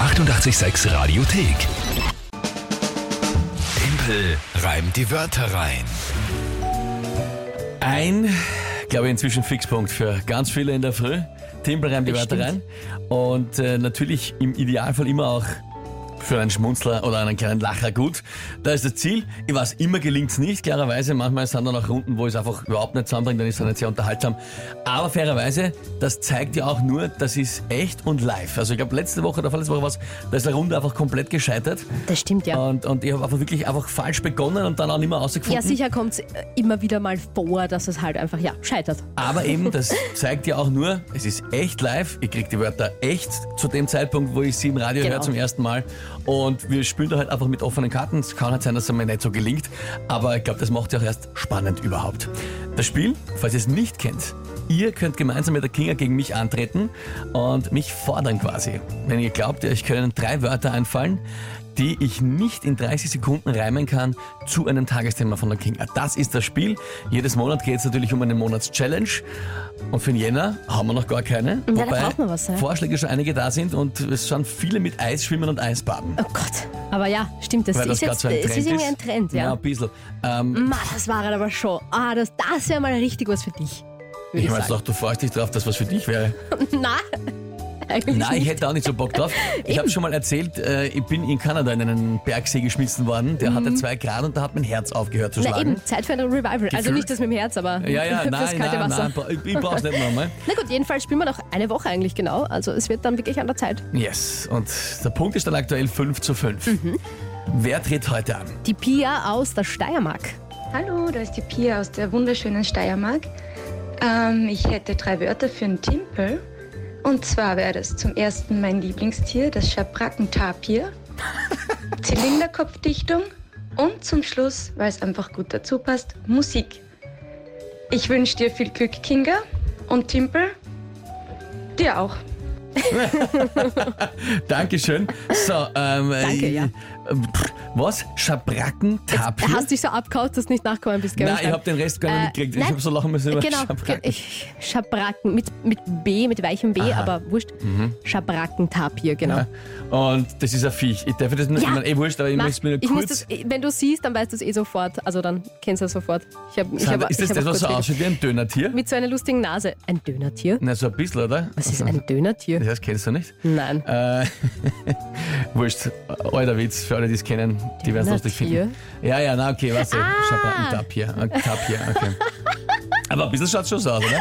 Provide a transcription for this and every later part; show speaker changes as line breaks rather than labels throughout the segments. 886 Radiothek. Tempel reimt die Wörter rein.
Ein, glaube ich, inzwischen Fixpunkt für ganz viele in der Früh. Timpel reimt die Wörter rein. Und äh, natürlich im Idealfall immer auch für einen Schmunzler oder einen kleinen Lacher gut. Da ist das Ziel. Ich weiß, immer gelingt's nicht, klarerweise. Manchmal sind dann auch Runden, wo es einfach überhaupt nicht zusammenbringt, dann ist es halt nicht sehr unterhaltsam. Aber fairerweise, das zeigt ja auch nur, das ist echt und live. Also ich glaube, letzte Woche oder vorletzte Woche was, da ist eine Runde einfach komplett gescheitert.
Das stimmt ja.
Und, und ich habe einfach wirklich einfach falsch begonnen und dann auch nicht mehr rausgefunden.
Ja, sicher kommt es immer wieder mal vor, dass es halt einfach, ja, scheitert.
Aber eben, das zeigt ja auch nur, es ist echt live. Ich kriege die Wörter echt zu dem Zeitpunkt, wo ich sie im Radio
Genau.
höre zum ersten Mal. Und wir spielen da halt einfach mit offenen Karten. Es kann halt sein, dass es mir nicht so gelingt. Aber ich glaube, das macht ja auch erst spannend überhaupt. Das Spiel, falls ihr es nicht kennt, ihr könnt gemeinsam mit der Kinga gegen mich antreten und mich fordern quasi. Wenn ihr glaubt, euch können drei Wörter einfallen, die ich nicht in 30 Sekunden reimen kann zu einem Tagesthema von der Kinga. Das ist das Spiel. Jedes Monat geht es natürlich um eine Monatschallenge. Und für den Jänner haben wir noch gar keine.
da braucht man was, ja.
Vorschläge schon einige da sind und es sind viele mit Eisschwimmen und Eisbaden.
Oh Gott. Aber ja, stimmt, das
Weil das
ist
gerade
jetzt,
so ein Trend
es ist irgendwie ein Trend,
Ja,
ja.
ein bisschen. Ähm,
Ma, das war halt aber schon. Ah, das, das wäre mal richtig was für dich. Würde
ich
ich
meine,
sagen.
doch, du freust dich drauf, dass was für dich wäre.
Na, eigentlich
Nein, ich
nicht.
hätte auch nicht so Bock drauf. Ich habe schon mal erzählt, äh, ich bin in Kanada in einen Bergsee geschmissen worden. Der hatte zwei Grad und da hat mein Herz aufgehört zu
Mhm. Na
schlagen.
eben, Zeit für ein Revival. Also
Gefühl-
nicht das mit dem Herz, aber
Ja, ja,
fürs
nein,
kalte
nein,
Wasser.
nein, bra- ich, ich brauch's nicht nochmal.
Na gut, jedenfalls spielen wir noch eine Woche eigentlich genau. Also es wird dann wirklich an der Zeit.
Yes, und der Punkt ist dann aktuell 5 zu 5.
Mhm.
Wer tritt heute an?
Die Pia aus der Steiermark.
Hallo, da ist die Pia aus der wunderschönen Steiermark. Ähm, ich hätte drei Wörter für einen Timpel. Und zwar wäre das zum ersten mein Lieblingstier, das Schabrackentapir, Zylinderkopfdichtung und zum Schluss, weil es einfach gut dazu passt, Musik. Ich wünsche dir viel Glück, Kinga. Und Timpel, dir auch.
Dankeschön. So, ähm,
Danke, ja.
äh, pff, was? Schabracken, Tapir?
Hast dich so abgehaut, dass du nicht nachgekommen bist, gell?
Hm? Nein, ich habe den Rest gar nicht
Äh,
mitgekriegt. Ich
nein.
habe so lachen müssen über
Genau,
Schabracken.
ge- ich- Schabracken mit, mit B, mit weichem B,
Aha. Mhm.
aber wurscht. Schabrackentapir, genau.
Ja. Und das ist ein Viech. Ich darf das nicht,
Ja.
ich meine, eh wurscht, aber ich
Na,
möchte mir nur
ich muss
kurz...
das, wenn du siehst, dann weißt du es eh sofort. Also dann kennst du es sofort. Ich hab, ich
Sandra,
hab,
ist das
ich hab
das,
auch
was so
kurz-
ausschaut wie ein Dönertier?
Mit so einer lustigen Nase. Ein Dönertier?
Na, so ein bisschen, oder?
Was ist ein
Das
Dönertier?
heißt, kennst du nicht?
Nein.
Äh, wurscht, alter Witz, für alle, die es kennen, die werden es lustig
Dönertier?
finden. Ja, ja, na, okay, warte. Ah. Tapir. äh, Tapir, okay. Aber ein bisschen schaut schon so aus, oder?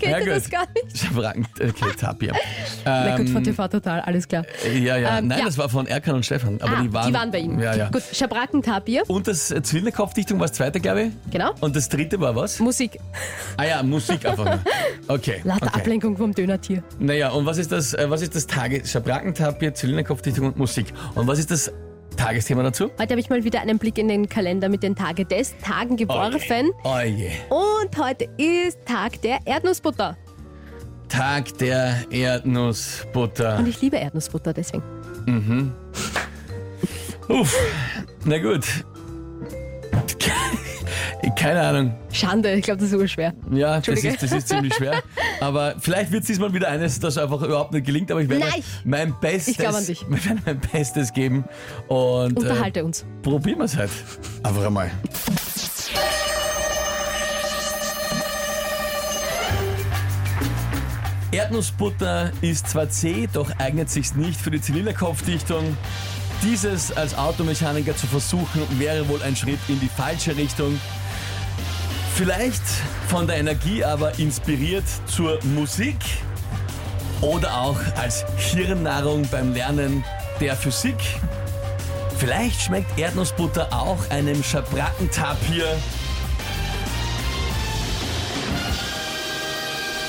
Ich kenne
ja,
das
gut.
gar nicht.
Schabracken, okay, Tapir.
Na gut, von
Ähm,
TV total, alles klar.
ja, ja,
Ähm,
nein,
ja.
das war von Erkan und Stefan, aber
ah,
die waren...
bei ihm.
Ja, ja.
Gut, Schabrackentapir,
Und das äh, Zylinderkopfdichtung war das zweite, glaube ich?
genau.
Und das dritte war was?
Musik,
Ah ja, Musik einfach nur. Okay.
lauter
okay.
Ablenkung vom Dönertier.
Naja, und was ist das, äh, was ist das Tage? Schabrackentapir, Zylinderkopfdichtung und Musik. Und was ist das Tagesthema dazu?
Heute habe ich mal wieder einen Blick in den Kalender mit den Tage des Tagen geworfen.
Oh je.
Und heute ist Tag der Erdnussbutter.
Tag der Erdnussbutter.
Und ich liebe Erdnussbutter deswegen.
Uff. Na gut. Keine Ahnung.
Schande, ich glaube, das ist urschwer.
Ja, das
Entschuldige.
ist, das ist ziemlich schwer. Aber vielleicht wird es diesmal wieder eines, das einfach überhaupt nicht gelingt. Aber ich werde
Nein.
mein Bestes,
Ich glaub an dich.
Ich werde mein Bestes geben. Und äh,
Unterhalte uns.
probieren wir es halt. Einfach einmal. Erdnussbutter ist zwar zäh, doch eignet sich nicht für die Zylinderkopfdichtung. Dieses als Automechaniker zu versuchen, wäre wohl ein Schritt in die falsche Richtung. Vielleicht von der Energie aber inspiriert zur Musik oder auch als Hirnnahrung beim Lernen der Physik. Vielleicht schmeckt Erdnussbutter auch einem Schabrackentapir.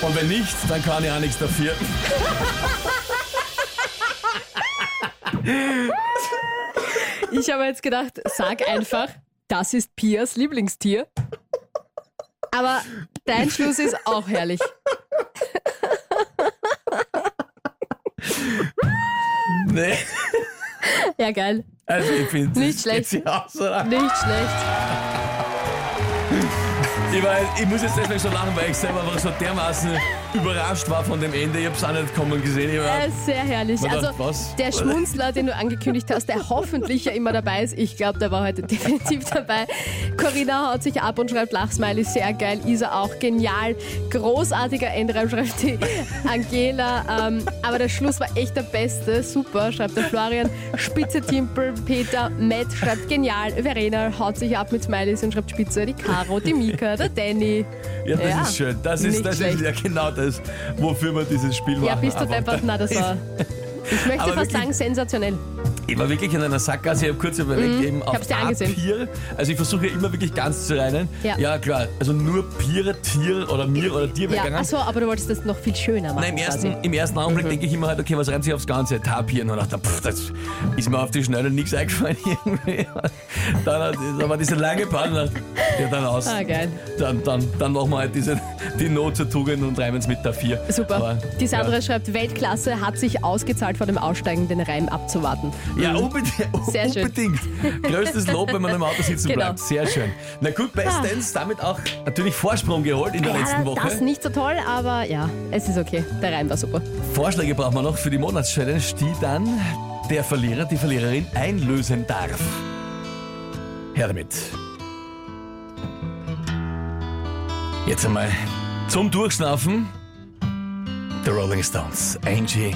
Und wenn nicht, dann kann ich auch nichts dafür.
Ich habe jetzt gedacht, sag einfach, das ist Pias Lieblingstier. Aber dein Schluss ist auch herrlich.
Nee.
Ja, geil.
Also ich finde
Nicht schlecht.
Aus, oder?
Nicht schlecht.
Ich, weiß, ich muss jetzt deswegen so lachen, weil ich selber einfach so dermaßen überrascht war von dem Ende. Ich hab's auch nicht kommen gesehen. Ich
Äh,
hab-
sehr herrlich.
Man
Also
dachte, was?
der Schmunzler, den du angekündigt hast, der hoffentlich ja immer dabei ist. Ich glaube, der war heute definitiv dabei. Corinna haut sich ab und schreibt Lachsmiley, sehr geil. Isa auch genial. Großartiger Endreim schreibt die Angela. Ähm, aber der Schluss war echt der beste. Super, schreibt der Florian. Spitze Timpel, Peter, Matt schreibt genial. Verena haut sich ab mit Smileys und schreibt Spitze. Die Caro, die Mika, der Danny.
ja, das
Äh, ja,
ist schön. Das ist,
nicht
das
schlecht.
ist ja genau das, wofür man dieses Spiel macht.
Ja, bist du deppert? Na, das war... Ich möchte
Aber
fast
wirklich-
sagen, sensationell.
Ich war wirklich in einer Sackgasse. Ich habe kurz überlegt, eben auf
Mhm. hab's dir angesehen.
Papier. Also ich versuche ja immer wirklich ganz zu reinen.
Ja.
klar. Also nur Piere, Tier oder mir oder dir
Ja,
weggegangen.
achso, aber du wolltest das noch viel schöner machen.
Nein, im
quasi.
ersten, im ersten Augenblick
Mhm.
denke ich immer halt, okay, was reimt sich aufs Ganze? Tapir. Und dachte, pff, das ist mir auf die Schnelle nichts eingefallen irgendwie. Dann hat, da war diese lange Pause. und dachte, Ja, dann aus.
Ah, geil.
Dann, dann, dann machen wir halt diese, die Not zur Tugend und reimen es mit Tapir.
Super.
Aber,
die Sandra schreibt, Weltklasse hat sich ausgezahlt, vor dem Aussteigen den Reim abzuwarten.
Ja, unbedingt.
Mhm. Sehr schön.
unbedingt. Größtes Lob, wenn man im Auto sitzen
Genau. Ah.
bleibt. Sehr schön. Na gut, bestens. Damit auch natürlich Vorsprung geholt in der letzten Woche.
das nicht so toll, aber ja, es ist okay. Der Reim war super.
Vorschläge brauchen wir noch für die Monatschallenge, die dann der Verlierer, die Verliererin einlösen darf. Her damit. Jetzt einmal zum Durchschnaufen. The Rolling Stones. Angie.